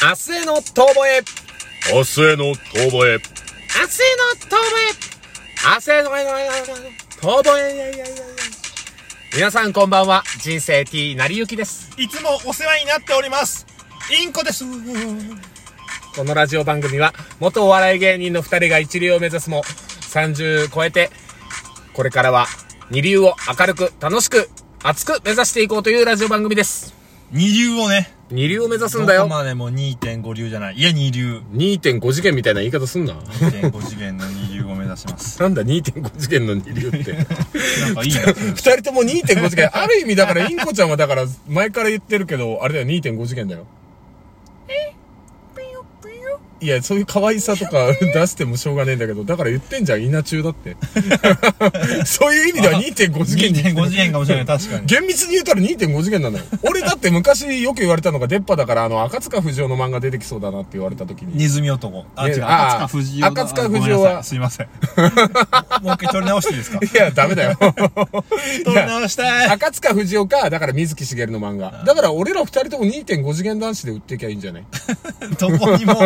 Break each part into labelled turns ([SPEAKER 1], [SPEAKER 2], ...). [SPEAKER 1] 明日への遠吠え
[SPEAKER 2] 明日への遠吠え。
[SPEAKER 1] 明日への遠吠え明日への遠吠えいやいやいやいや皆さんこんばんは、人生 T なりゆきです。
[SPEAKER 2] いつもお世話になっております。インコです。
[SPEAKER 1] このラジオ番組は、元お笑い芸人の二人が一流を目指すも、30超えて、これからは二流を明るく、楽しく、熱く目指していこうというラジオ番組です。
[SPEAKER 2] 二流をね。
[SPEAKER 1] 二流を目指すんだよ
[SPEAKER 2] どこ。までも2.5流じゃない。いや、二流。
[SPEAKER 1] 2.5次元みたいな言い方すんな。
[SPEAKER 2] 2.5次元の二流を目指し ます。
[SPEAKER 1] なんだ2.5次元の二流って。
[SPEAKER 2] なんかいいな。
[SPEAKER 1] 二人とも2.5次元。ある意味だから、インコちゃんはだから、前から言ってるけど、あれだよ、2.5次元だよ。いや、そういう可愛さとか 出してもしょうがねえんだけど、だから言ってんじゃん、稲中だって。 そういう意味では2.5次元に。
[SPEAKER 2] 2.5次元かもしれない。確かに。
[SPEAKER 1] 厳密に言うたら2.5次元なのよ。俺だって昔よく言われたのが、出っ歯だから、あの、赤塚不二夫の漫画出てきそうだなって言われた時に。
[SPEAKER 2] ネズミ男。あ、
[SPEAKER 1] ね
[SPEAKER 2] 違う。
[SPEAKER 1] あ
[SPEAKER 2] 赤塚不二夫だ。
[SPEAKER 1] 赤塚不二夫は
[SPEAKER 2] あごめんなさいすいま せん。もう一回取り直していいですか
[SPEAKER 1] いや、ダメだよ。
[SPEAKER 2] 取り直したい。
[SPEAKER 1] 赤塚不二夫か、だから水木しげるの漫画。だから俺ら二人とも2.5次元男子で売っていきゃいいんじゃない
[SPEAKER 2] どこにも、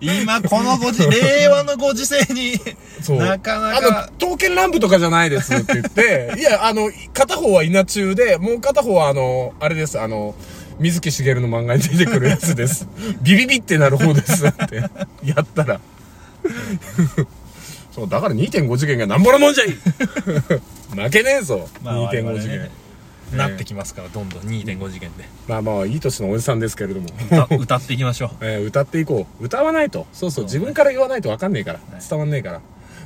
[SPEAKER 2] 今このご 時、令和のご時世に、
[SPEAKER 1] そう。
[SPEAKER 2] なかなか
[SPEAKER 1] あの、刀剣乱舞とかじゃないですって言 って、いや、あの、片方は稲中で、もう片方はあの、あれです、あの、水木しげるの漫画に出てくるやつ です。ビビビってなる方ですって、やったら。そう、だから2.5次元がなんぼのもんじ ゃい負けねえぞ、
[SPEAKER 2] まあ我々
[SPEAKER 1] 2.5次元。
[SPEAKER 2] ねなってきますから、どんどん2.5次元で。
[SPEAKER 1] まあまあ、いい年のおじさんですけれども。
[SPEAKER 2] 歌歌っていきましょう。
[SPEAKER 1] えー歌っていこう歌わないとそうそう自分から言わないと分かんねえから、伝わんねえから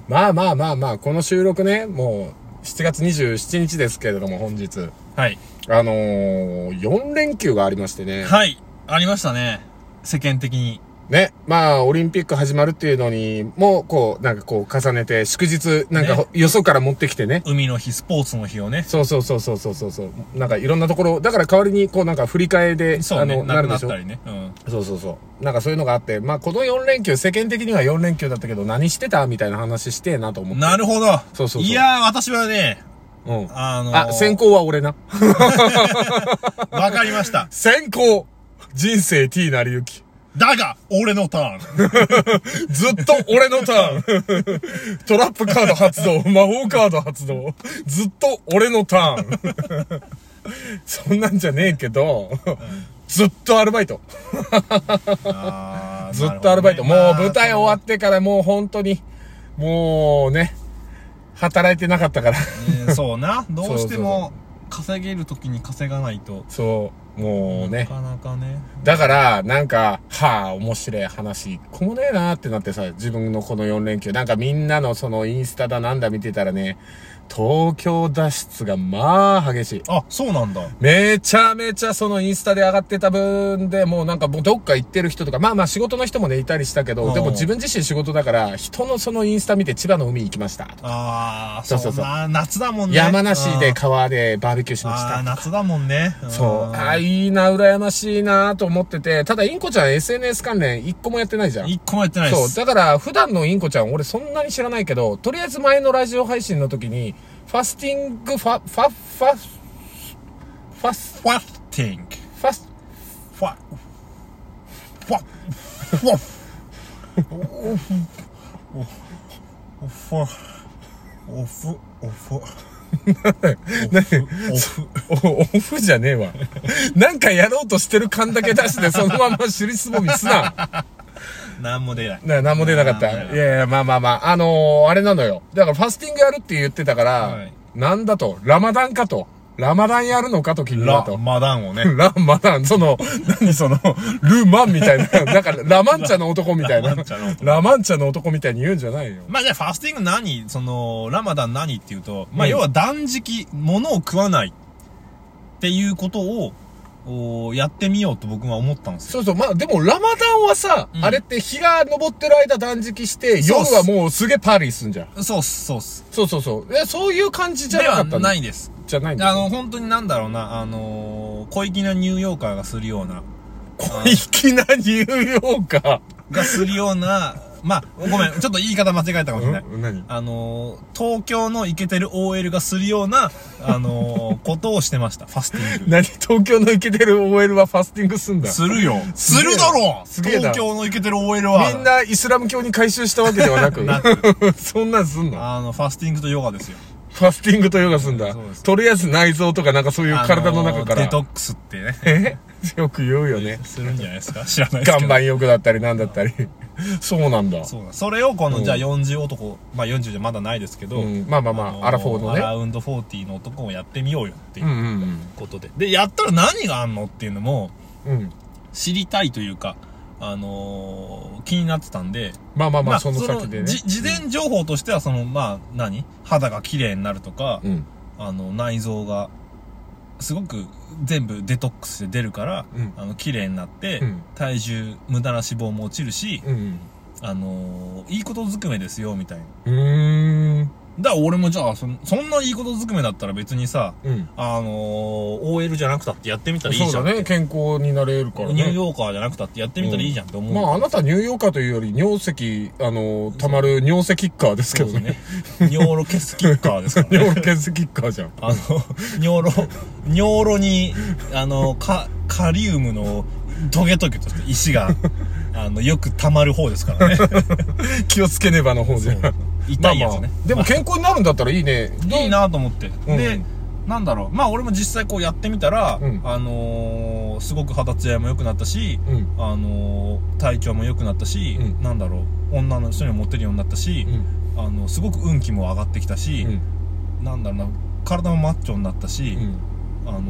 [SPEAKER 1] まあまあまあまあこの収録ねもう7月27日ですけれども本日
[SPEAKER 2] はい。
[SPEAKER 1] あのー、4連休がありましてね
[SPEAKER 2] はい。ありましたね。世間的に。
[SPEAKER 1] ねまあオリンピック始まるっていうのにもうこうなんかこう重ねて祝日なんか、
[SPEAKER 2] ね
[SPEAKER 1] よそから持ってきてね
[SPEAKER 2] 海の日、スポーツの日をね。
[SPEAKER 1] そうそうそうそうそうそうそうなんかいろんなところだから代わりにこうなんか振り替えで、
[SPEAKER 2] そうね。
[SPEAKER 1] の
[SPEAKER 2] な
[SPEAKER 1] な
[SPEAKER 2] く
[SPEAKER 1] るで
[SPEAKER 2] なっ
[SPEAKER 1] しょ
[SPEAKER 2] たりね。うん。
[SPEAKER 1] そうそうそう。なんかそういうのがあって、まあこの4連休、世間的には4連休だったけど、何してたみたいな話してえなと思って。
[SPEAKER 2] なるほど。
[SPEAKER 1] そうそうそう
[SPEAKER 2] いやー、私はね、
[SPEAKER 1] うん。あ、
[SPEAKER 2] あのー、
[SPEAKER 1] 先行は俺な。
[SPEAKER 2] わかりました。
[SPEAKER 1] 先行人生 T なりゆき。
[SPEAKER 2] だが、俺の ターン。
[SPEAKER 1] ずっと俺のターン。 トラップカード発 動。魔法カード発動。ずっと俺のターン。 そんなんじゃねえけど、ずっとアルバイト。
[SPEAKER 2] あー
[SPEAKER 1] ずっとアルバイト。もう舞台終わ
[SPEAKER 2] っ
[SPEAKER 1] ってからもう本当に、もうね、働いてなかったから。
[SPEAKER 2] て、ねそうな。どうして
[SPEAKER 1] そうそう
[SPEAKER 2] も、稼げるときに稼がないと。
[SPEAKER 1] そう、もう
[SPEAKER 2] な
[SPEAKER 1] ね。
[SPEAKER 2] かなかね。
[SPEAKER 1] だから、なんか、はあ、面白い話、一個もねえなってなってさ、自分のこの4連休、なんかみんなのそのインスタだなんだ見てたらね、東京脱出がまあ激しい。
[SPEAKER 2] あ、そうなんだ。
[SPEAKER 1] めちゃめちゃそのインスタで上がってた分で、もうなんかもうどっか行ってる人とか、まあまあ仕事の人もね、いたりしたけ
[SPEAKER 2] う
[SPEAKER 1] ど、
[SPEAKER 2] ん
[SPEAKER 1] でも自分自身仕事だから、人のそのインスタ見て千葉の海行きましたとか。
[SPEAKER 2] あー、
[SPEAKER 1] そう
[SPEAKER 2] そ
[SPEAKER 1] そううそう
[SPEAKER 2] な。夏だもんね。
[SPEAKER 1] 山梨
[SPEAKER 2] う
[SPEAKER 1] で
[SPEAKER 2] ん
[SPEAKER 1] 川でバーベキューしましたと
[SPEAKER 2] あ
[SPEAKER 1] か
[SPEAKER 2] ー、。夏だもんね。
[SPEAKER 1] そう。ああ、
[SPEAKER 2] い。
[SPEAKER 1] いいな、羨ましいなと思ってて、ただインコちゃん SNS 関連一個もやってないじゃん。
[SPEAKER 2] 一個もやってないで
[SPEAKER 1] そう。
[SPEAKER 2] す。
[SPEAKER 1] だから、普段のインコちゃん、俺そんなに知らないけど、とりあえず前のラジオ配信の時に、ファスティング、ファ、ファ、ファ、ファス、
[SPEAKER 2] ファッティング。
[SPEAKER 1] ファス、
[SPEAKER 2] ファファファおふおふおふおふおふおふ
[SPEAKER 1] おオフじゃねえわ。なんかやろうとしてる感だけ出して、そのまま尻すぼみすな。
[SPEAKER 2] なんも出ない
[SPEAKER 1] な、なんも出なかった。
[SPEAKER 2] なんも出なかった
[SPEAKER 1] いやいや、まあまあまあ、あのー、あれなのよ。だからファスティングやるって言ってたから、
[SPEAKER 2] はい
[SPEAKER 1] なんだと、ラマダンかと、ラマダンやるのかと気にな
[SPEAKER 2] ラ
[SPEAKER 1] ると。
[SPEAKER 2] マダンをね
[SPEAKER 1] ラマダン、その、何その、ルーマンみ たいな、だからラマンチャの男みたいな
[SPEAKER 2] ラマンチャの、男
[SPEAKER 1] ラマンチャの男みたいに言うんじゃないよ。
[SPEAKER 2] まあじゃあファスティング何そのラマダン何っていうとまあ
[SPEAKER 1] うん
[SPEAKER 2] 要は断食物を食わないっていうことをおーやってみようと僕は思ったんですよ
[SPEAKER 1] そうそう、まあでもラマダンはさ、
[SPEAKER 2] うん
[SPEAKER 1] あれって日が昇ってる間断食して、夜
[SPEAKER 2] そうっす
[SPEAKER 1] はもうすげえパーリーすんじゃん。
[SPEAKER 2] そうっすそうっす
[SPEAKER 1] そうそうそう。え、そういう感じじゃ
[SPEAKER 2] で
[SPEAKER 1] なか
[SPEAKER 2] は
[SPEAKER 1] ったの
[SPEAKER 2] ないです
[SPEAKER 1] じゃないんだ
[SPEAKER 2] あの、本当になんだろうな、あのー、小粋なニューヨーカーがするような、
[SPEAKER 1] 小粋なニューヨーカー。
[SPEAKER 2] がするような、 まあ、ごめん、ちょっと言い方間違えたかもしれない。
[SPEAKER 1] うん何
[SPEAKER 2] あのー、東京のイケてる OL がするような、あのー、ことをして ました。ファスティング。
[SPEAKER 1] 何東京のイケてる OL はファスティングすんだ
[SPEAKER 2] するよ。す
[SPEAKER 1] げえ
[SPEAKER 2] るだろ
[SPEAKER 1] すげえな
[SPEAKER 2] 東京のイケてる OL は。
[SPEAKER 1] みんなイスラム教に改宗したわけではなく
[SPEAKER 2] な
[SPEAKER 1] そんなんすんの
[SPEAKER 2] あの、ファスティングとヨガですよ。
[SPEAKER 1] ファスティングとヨガすんだ
[SPEAKER 2] そうです
[SPEAKER 1] とりあえず内臓とかなんかそういう体の中か
[SPEAKER 2] あ
[SPEAKER 1] ら、
[SPEAKER 2] デトックスってね。
[SPEAKER 1] えよく言うよね
[SPEAKER 2] するんじゃないですか知らないです
[SPEAKER 1] 岩
[SPEAKER 2] けど。
[SPEAKER 1] 盤浴だったりなんだったりそうなんだ
[SPEAKER 2] そうなんそれをこ
[SPEAKER 1] う
[SPEAKER 2] の、
[SPEAKER 1] ん
[SPEAKER 2] じゃあ40男、まあ40じゃまだないですけど、
[SPEAKER 1] うん、まあまあまあ、
[SPEAKER 2] のー
[SPEAKER 1] アラフォーの
[SPEAKER 2] アラ
[SPEAKER 1] ね
[SPEAKER 2] ウンド40の男をやってみようよっていううん
[SPEAKER 1] うん
[SPEAKER 2] ことで。で、やったら何があんのっていうのも
[SPEAKER 1] うんうん
[SPEAKER 2] 知りたいというか、あのー気になってたんで、
[SPEAKER 1] まあまあまあその先でね
[SPEAKER 2] じ事前情報としては、その、まあ、何肌が綺麗になるとか、
[SPEAKER 1] うん
[SPEAKER 2] あの、内臓が、すごく全部デトックスで出るから、
[SPEAKER 1] うん
[SPEAKER 2] あの、綺麗になって、
[SPEAKER 1] うん
[SPEAKER 2] 体重、無駄な脂肪も落ちるし、
[SPEAKER 1] うん
[SPEAKER 2] あのーいいことずくめですよ、みたいな。
[SPEAKER 1] うんうーん
[SPEAKER 2] だから俺もじゃあそん、そんないいことずくめだったら別にさ、
[SPEAKER 1] うん
[SPEAKER 2] あのー OL じゃなくたってやってみたらいい
[SPEAKER 1] そう
[SPEAKER 2] じゃ
[SPEAKER 1] だ
[SPEAKER 2] ん。
[SPEAKER 1] ね健康になれるから
[SPEAKER 2] ニュー
[SPEAKER 1] ね
[SPEAKER 2] ヨーカーじゃなくたってやってみたらいいじゃんって思う。
[SPEAKER 1] まああなたニューヨーカーというより尿石あのたまる尿石キッカーですけ
[SPEAKER 2] そう
[SPEAKER 1] ど
[SPEAKER 2] です
[SPEAKER 1] ね
[SPEAKER 2] ね。尿路結キッカーですからね。
[SPEAKER 1] 尿血キッカーじゃん
[SPEAKER 2] あの、尿路、尿路に、あの、カ、カリウムのトゲトゲとして石 が、あの、よく溜まる方ですからね。
[SPEAKER 1] 気をつけねばの方じゃん
[SPEAKER 2] 痛いやつ
[SPEAKER 1] ま
[SPEAKER 2] ね。
[SPEAKER 1] あまあでも健康になるんだったら いいね
[SPEAKER 2] いいなと思って。
[SPEAKER 1] うん
[SPEAKER 2] で、なんだろう。まあ俺も実際こうやってみたら、
[SPEAKER 1] うん
[SPEAKER 2] あのーすごく肌ツヤも良くなったし、
[SPEAKER 1] うん
[SPEAKER 2] あのー体調も良くなったし、
[SPEAKER 1] うん
[SPEAKER 2] なんだろう。女の人にもモテるようになったし
[SPEAKER 1] う、ん
[SPEAKER 2] あの、すごく運気も上がってきたし、なんだろうな、体もマッチョになったし、
[SPEAKER 1] うん
[SPEAKER 2] あの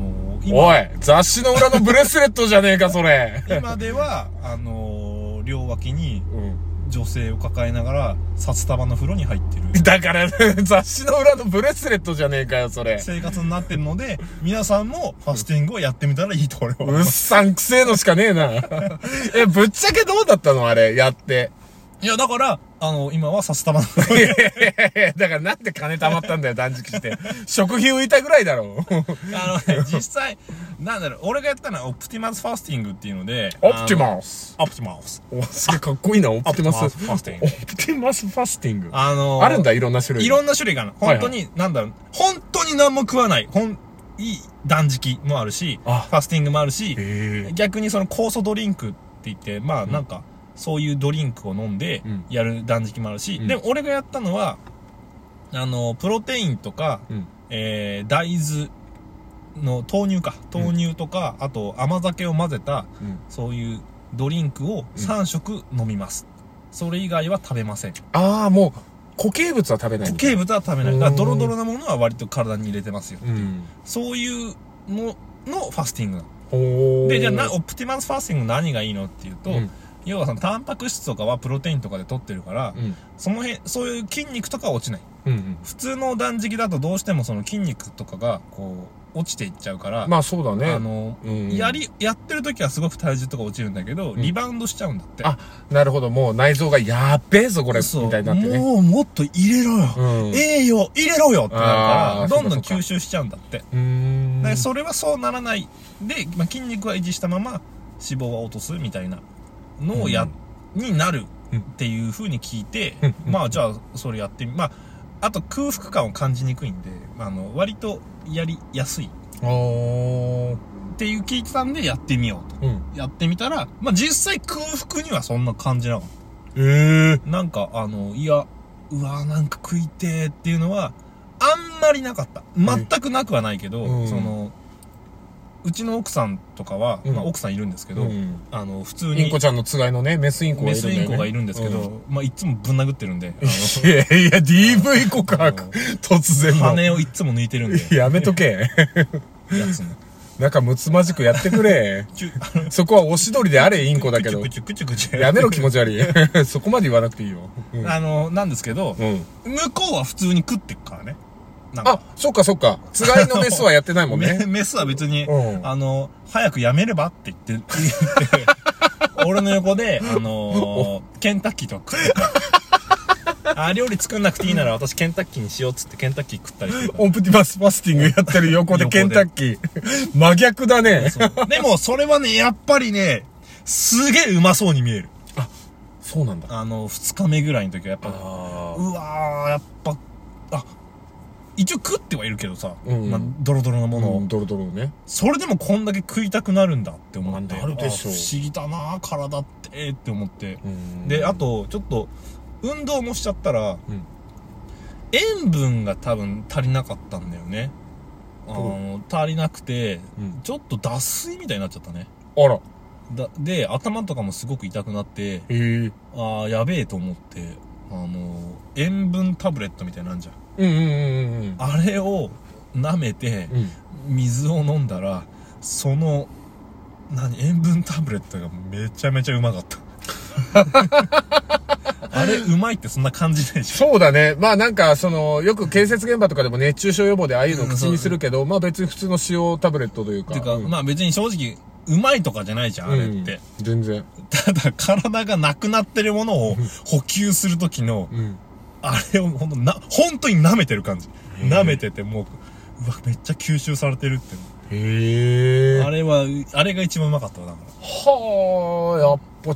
[SPEAKER 2] ー今
[SPEAKER 1] おい雑誌の裏のブレスレットじゃねえかそれ
[SPEAKER 2] 今 では、あのー両脇に
[SPEAKER 1] う
[SPEAKER 2] 女性を抱えながら、札束の風呂に入ってる
[SPEAKER 1] んだから 雑誌の裏のブレスレットじゃねえかよそれ
[SPEAKER 2] 生活になってるので、皆さんもファスティングをやってみたらいいと俺は思いう
[SPEAKER 1] っ
[SPEAKER 2] ます。
[SPEAKER 1] さんくせえのしかねえ なえぶっちゃけどうだったのあれやって
[SPEAKER 2] いや、だから、あの、今は札束の風呂
[SPEAKER 1] い
[SPEAKER 2] に
[SPEAKER 1] やいやいやだからなんで金貯まったんだよ断食して食費浮いたぐらいだろ
[SPEAKER 2] あのね、実際、なんだろう、俺がやったのはオプティマスファスティングっていうので、
[SPEAKER 1] オプティマス
[SPEAKER 2] あのオプティマス。
[SPEAKER 1] おすげえかっこいいなオプティマス
[SPEAKER 2] オプティマスファスティング
[SPEAKER 1] オプティマスファスティングあ
[SPEAKER 2] あの
[SPEAKER 1] るんだいろんな種類
[SPEAKER 2] いろんな種類がある。
[SPEAKER 1] はいは
[SPEAKER 2] 本
[SPEAKER 1] い
[SPEAKER 2] 当に、なんだろう、本当に何も食わない、ほん、いい断食もあるし、フ
[SPEAKER 1] あ
[SPEAKER 2] ァスティングもあるし、
[SPEAKER 1] へえ
[SPEAKER 2] 逆にその酵素ドリンクって言ってまあなんかそういうドリンクを飲んで
[SPEAKER 1] うん
[SPEAKER 2] やる断食もあるし、
[SPEAKER 1] うん
[SPEAKER 2] でも俺がやったのはあのプロテインとか、
[SPEAKER 1] うん
[SPEAKER 2] えー大豆の豆乳か豆乳とか、あと甘酒を混ぜた
[SPEAKER 1] うん
[SPEAKER 2] そういうドリンクを3食飲みます、それ以外は食べません
[SPEAKER 1] ああもう固形物は食べない
[SPEAKER 2] 固形物は食べな
[SPEAKER 1] う
[SPEAKER 2] い
[SPEAKER 1] ん
[SPEAKER 2] だからドロドロなものは割と体に入れてますよ
[SPEAKER 1] うん
[SPEAKER 2] そういうののファスティングなの
[SPEAKER 1] ほー
[SPEAKER 2] でじゃあなオプティマスファスティング何がいいのっていうと、
[SPEAKER 1] うん
[SPEAKER 2] 要はそのタンパク質とかはプロテインとかで取ってるから、
[SPEAKER 1] うん
[SPEAKER 2] その辺そういう筋肉とかは落ちない
[SPEAKER 1] うんうん
[SPEAKER 2] 普通の断食だとどうしてもその筋肉とかがこう落ちていっちゃうから、
[SPEAKER 1] まあそうだね
[SPEAKER 2] あの
[SPEAKER 1] うん
[SPEAKER 2] やりやってる時はすごく体重とか落ちるんだけど、
[SPEAKER 1] ん
[SPEAKER 2] リバウンドしちゃうんだって
[SPEAKER 1] あなるほどもう内臓がやっべえぞこれ
[SPEAKER 2] そう
[SPEAKER 1] みたいになってね
[SPEAKER 2] もうもっと入れろよ、
[SPEAKER 1] うん
[SPEAKER 2] 栄養入れろよってなるか
[SPEAKER 1] あー
[SPEAKER 2] らどんど
[SPEAKER 1] そ
[SPEAKER 2] ん
[SPEAKER 1] うかそうか
[SPEAKER 2] 吸収しちゃうんだって、
[SPEAKER 1] うーん
[SPEAKER 2] だからそれはそうならないで、まあ、筋肉は維持したまま脂肪は落とすみたいなのをや、になるっていう風に聞いて、
[SPEAKER 1] うん
[SPEAKER 2] まあじゃあそれやってみまああと空腹感を感じにくいんで、まあ、あの割とやりやすいっ
[SPEAKER 1] あー
[SPEAKER 2] ていう聞いてたんでやってみようと
[SPEAKER 1] うん
[SPEAKER 2] やってみたら、まあ、実際空腹にはそんな感じなかっ
[SPEAKER 1] ええ
[SPEAKER 2] たなんかあのいやうわーなんか食いてーっていうのはあんまりなかった全くなくはないけど、
[SPEAKER 1] うん
[SPEAKER 2] そのうちの奥さんとかは、
[SPEAKER 1] うん
[SPEAKER 2] まあ、奥さんいるんですけど、
[SPEAKER 1] うん
[SPEAKER 2] あの普通
[SPEAKER 1] イン
[SPEAKER 2] に
[SPEAKER 1] コちゃんのつがいのねメスインコが
[SPEAKER 2] メ
[SPEAKER 1] いるん
[SPEAKER 2] ス
[SPEAKER 1] だよ
[SPEAKER 2] イ
[SPEAKER 1] ね
[SPEAKER 2] ンコがいるんですけど、
[SPEAKER 1] うん
[SPEAKER 2] まあいつもぶん殴ってるんであ
[SPEAKER 1] い
[SPEAKER 2] の
[SPEAKER 1] やいや DV 告白
[SPEAKER 2] あの
[SPEAKER 1] 突然の
[SPEAKER 2] 羽をいっつも抜いてるんで。
[SPEAKER 1] やめとけ
[SPEAKER 2] やつの。
[SPEAKER 1] なんかむつまじくやってくれ
[SPEAKER 2] チュ、あの、
[SPEAKER 1] そこはおしどりであれインコだ けど
[SPEAKER 2] くちゅくちゅくちゅくちゅ
[SPEAKER 1] やめろ気持ち悪 いそこまで言わなくていいようん
[SPEAKER 2] あの、なんですけど、
[SPEAKER 1] うん
[SPEAKER 2] 向こうは普通に食ってくからね。なん
[SPEAKER 1] あ
[SPEAKER 2] か、
[SPEAKER 1] そっかそっかつがいのメスはやってないもんね
[SPEAKER 2] メメスは別に、
[SPEAKER 1] うん
[SPEAKER 2] あの、早くやめればって言って、 俺の横で、あのーケンタッキーとか食ってく から。あ、料理作んなくていいなら私ケンタッキーにしようっつってケンタッキー食ったりするから
[SPEAKER 1] オプティマスファスティングやってる横で
[SPEAKER 2] 横で
[SPEAKER 1] ケンタッキー。 真逆だね。
[SPEAKER 2] そうでもそれはね、やっぱりね、すげえうまそうに見える。
[SPEAKER 1] そうなんだ。
[SPEAKER 2] あの2日目ぐらいの時はやっぱ
[SPEAKER 1] あ
[SPEAKER 2] うわーやっぱあ一応食ってはいるけどさ、
[SPEAKER 1] うん
[SPEAKER 2] まあ、ドロドロのものを、
[SPEAKER 1] うん、ドロドロのね。
[SPEAKER 2] それでもこんだけ食いたくなるんだって思って
[SPEAKER 1] まあなるでしょう
[SPEAKER 2] あ不思議だなあ体ってって思って、
[SPEAKER 1] うん
[SPEAKER 2] であ、とちょっと運動もしちゃったら
[SPEAKER 1] うん。
[SPEAKER 2] 塩分が多分足りなかったんだよねあの足りなくて
[SPEAKER 1] うん。
[SPEAKER 2] ちょっと脱水みたいになっちゃったね
[SPEAKER 1] あら。
[SPEAKER 2] だで頭とかもすごく痛くなって
[SPEAKER 1] へえ。
[SPEAKER 2] ああやべえと思ってあの塩分タブレットみたいなんじゃん
[SPEAKER 1] うんうんうんうんうん。
[SPEAKER 2] あれを舐めて
[SPEAKER 1] うん。
[SPEAKER 2] 水を飲んだらその何塩分タブレットがめちゃめちゃうまかった あれうまいってそんな感じないでしょ
[SPEAKER 1] そうだね。まあなんか、その、よく建設現場とかでも熱中症予防でああいうのを口にするけど、まあ別に普通の塩タブレットというか。
[SPEAKER 2] てか、
[SPEAKER 1] うん
[SPEAKER 2] まあ別に正直うまいとかじゃないじゃんあれって、
[SPEAKER 1] うん全然。
[SPEAKER 2] ただ体がなくなってるものを補給する時の
[SPEAKER 1] うん。
[SPEAKER 2] あれをほんとな本当に舐めてる感じ
[SPEAKER 1] うん
[SPEAKER 2] 舐めててもううわめっちゃ吸収されてるって
[SPEAKER 1] へえ。
[SPEAKER 2] あれはあれが一番うまかったわだか
[SPEAKER 1] はあ、やっぱ、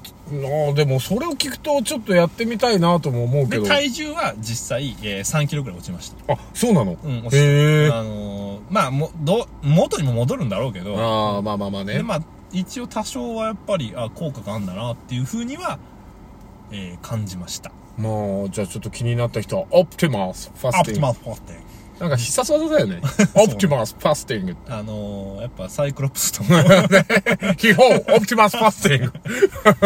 [SPEAKER 1] ああでもそれを聞くとちょっとやってみたいなとも思うけ
[SPEAKER 2] らで
[SPEAKER 1] ど。
[SPEAKER 2] 体重は実際、えー3キロぐらい落ちました
[SPEAKER 1] あ、そうなの
[SPEAKER 2] うん、落ち
[SPEAKER 1] へえ。
[SPEAKER 2] あのーまあ、も、ど、元にも戻るんだろうけど、
[SPEAKER 1] ああ、まあまあまあ
[SPEAKER 2] で、
[SPEAKER 1] ね。
[SPEAKER 2] まあ、一応多少はやっぱり、あ、効果があるんだなっていうふうには、えー感じました。
[SPEAKER 1] まあ、じゃあちょっと気になった人は、オプティマスファ
[SPEAKER 2] ア
[SPEAKER 1] ス
[SPEAKER 2] プ
[SPEAKER 1] ティ
[SPEAKER 2] ティ
[SPEAKER 1] ング。
[SPEAKER 2] マフォーテ
[SPEAKER 1] なんか必殺技だよ ね。オプティマスファスティング。
[SPEAKER 2] あのーやっぱサイクロプスとも、
[SPEAKER 1] 基 本、オプティマスファスティング。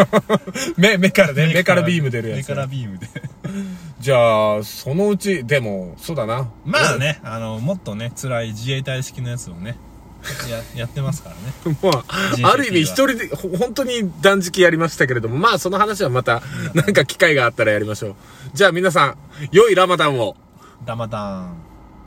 [SPEAKER 1] 目、目からね、目からビーム出るや
[SPEAKER 2] 目
[SPEAKER 1] つ
[SPEAKER 2] か。らビームで。
[SPEAKER 1] じゃあ、そのうち、でも、そうだな。
[SPEAKER 2] まあね、あのもっとね、辛い自衛隊式のやつをね、や、やってますからね。
[SPEAKER 1] まあ、ある意味一人で、ほ本当に断食やりましたけれども、まあその話はまた、なんか機会があったらやりましょう。じゃあ皆さん、良いラマダンを。
[SPEAKER 2] ダマダーン。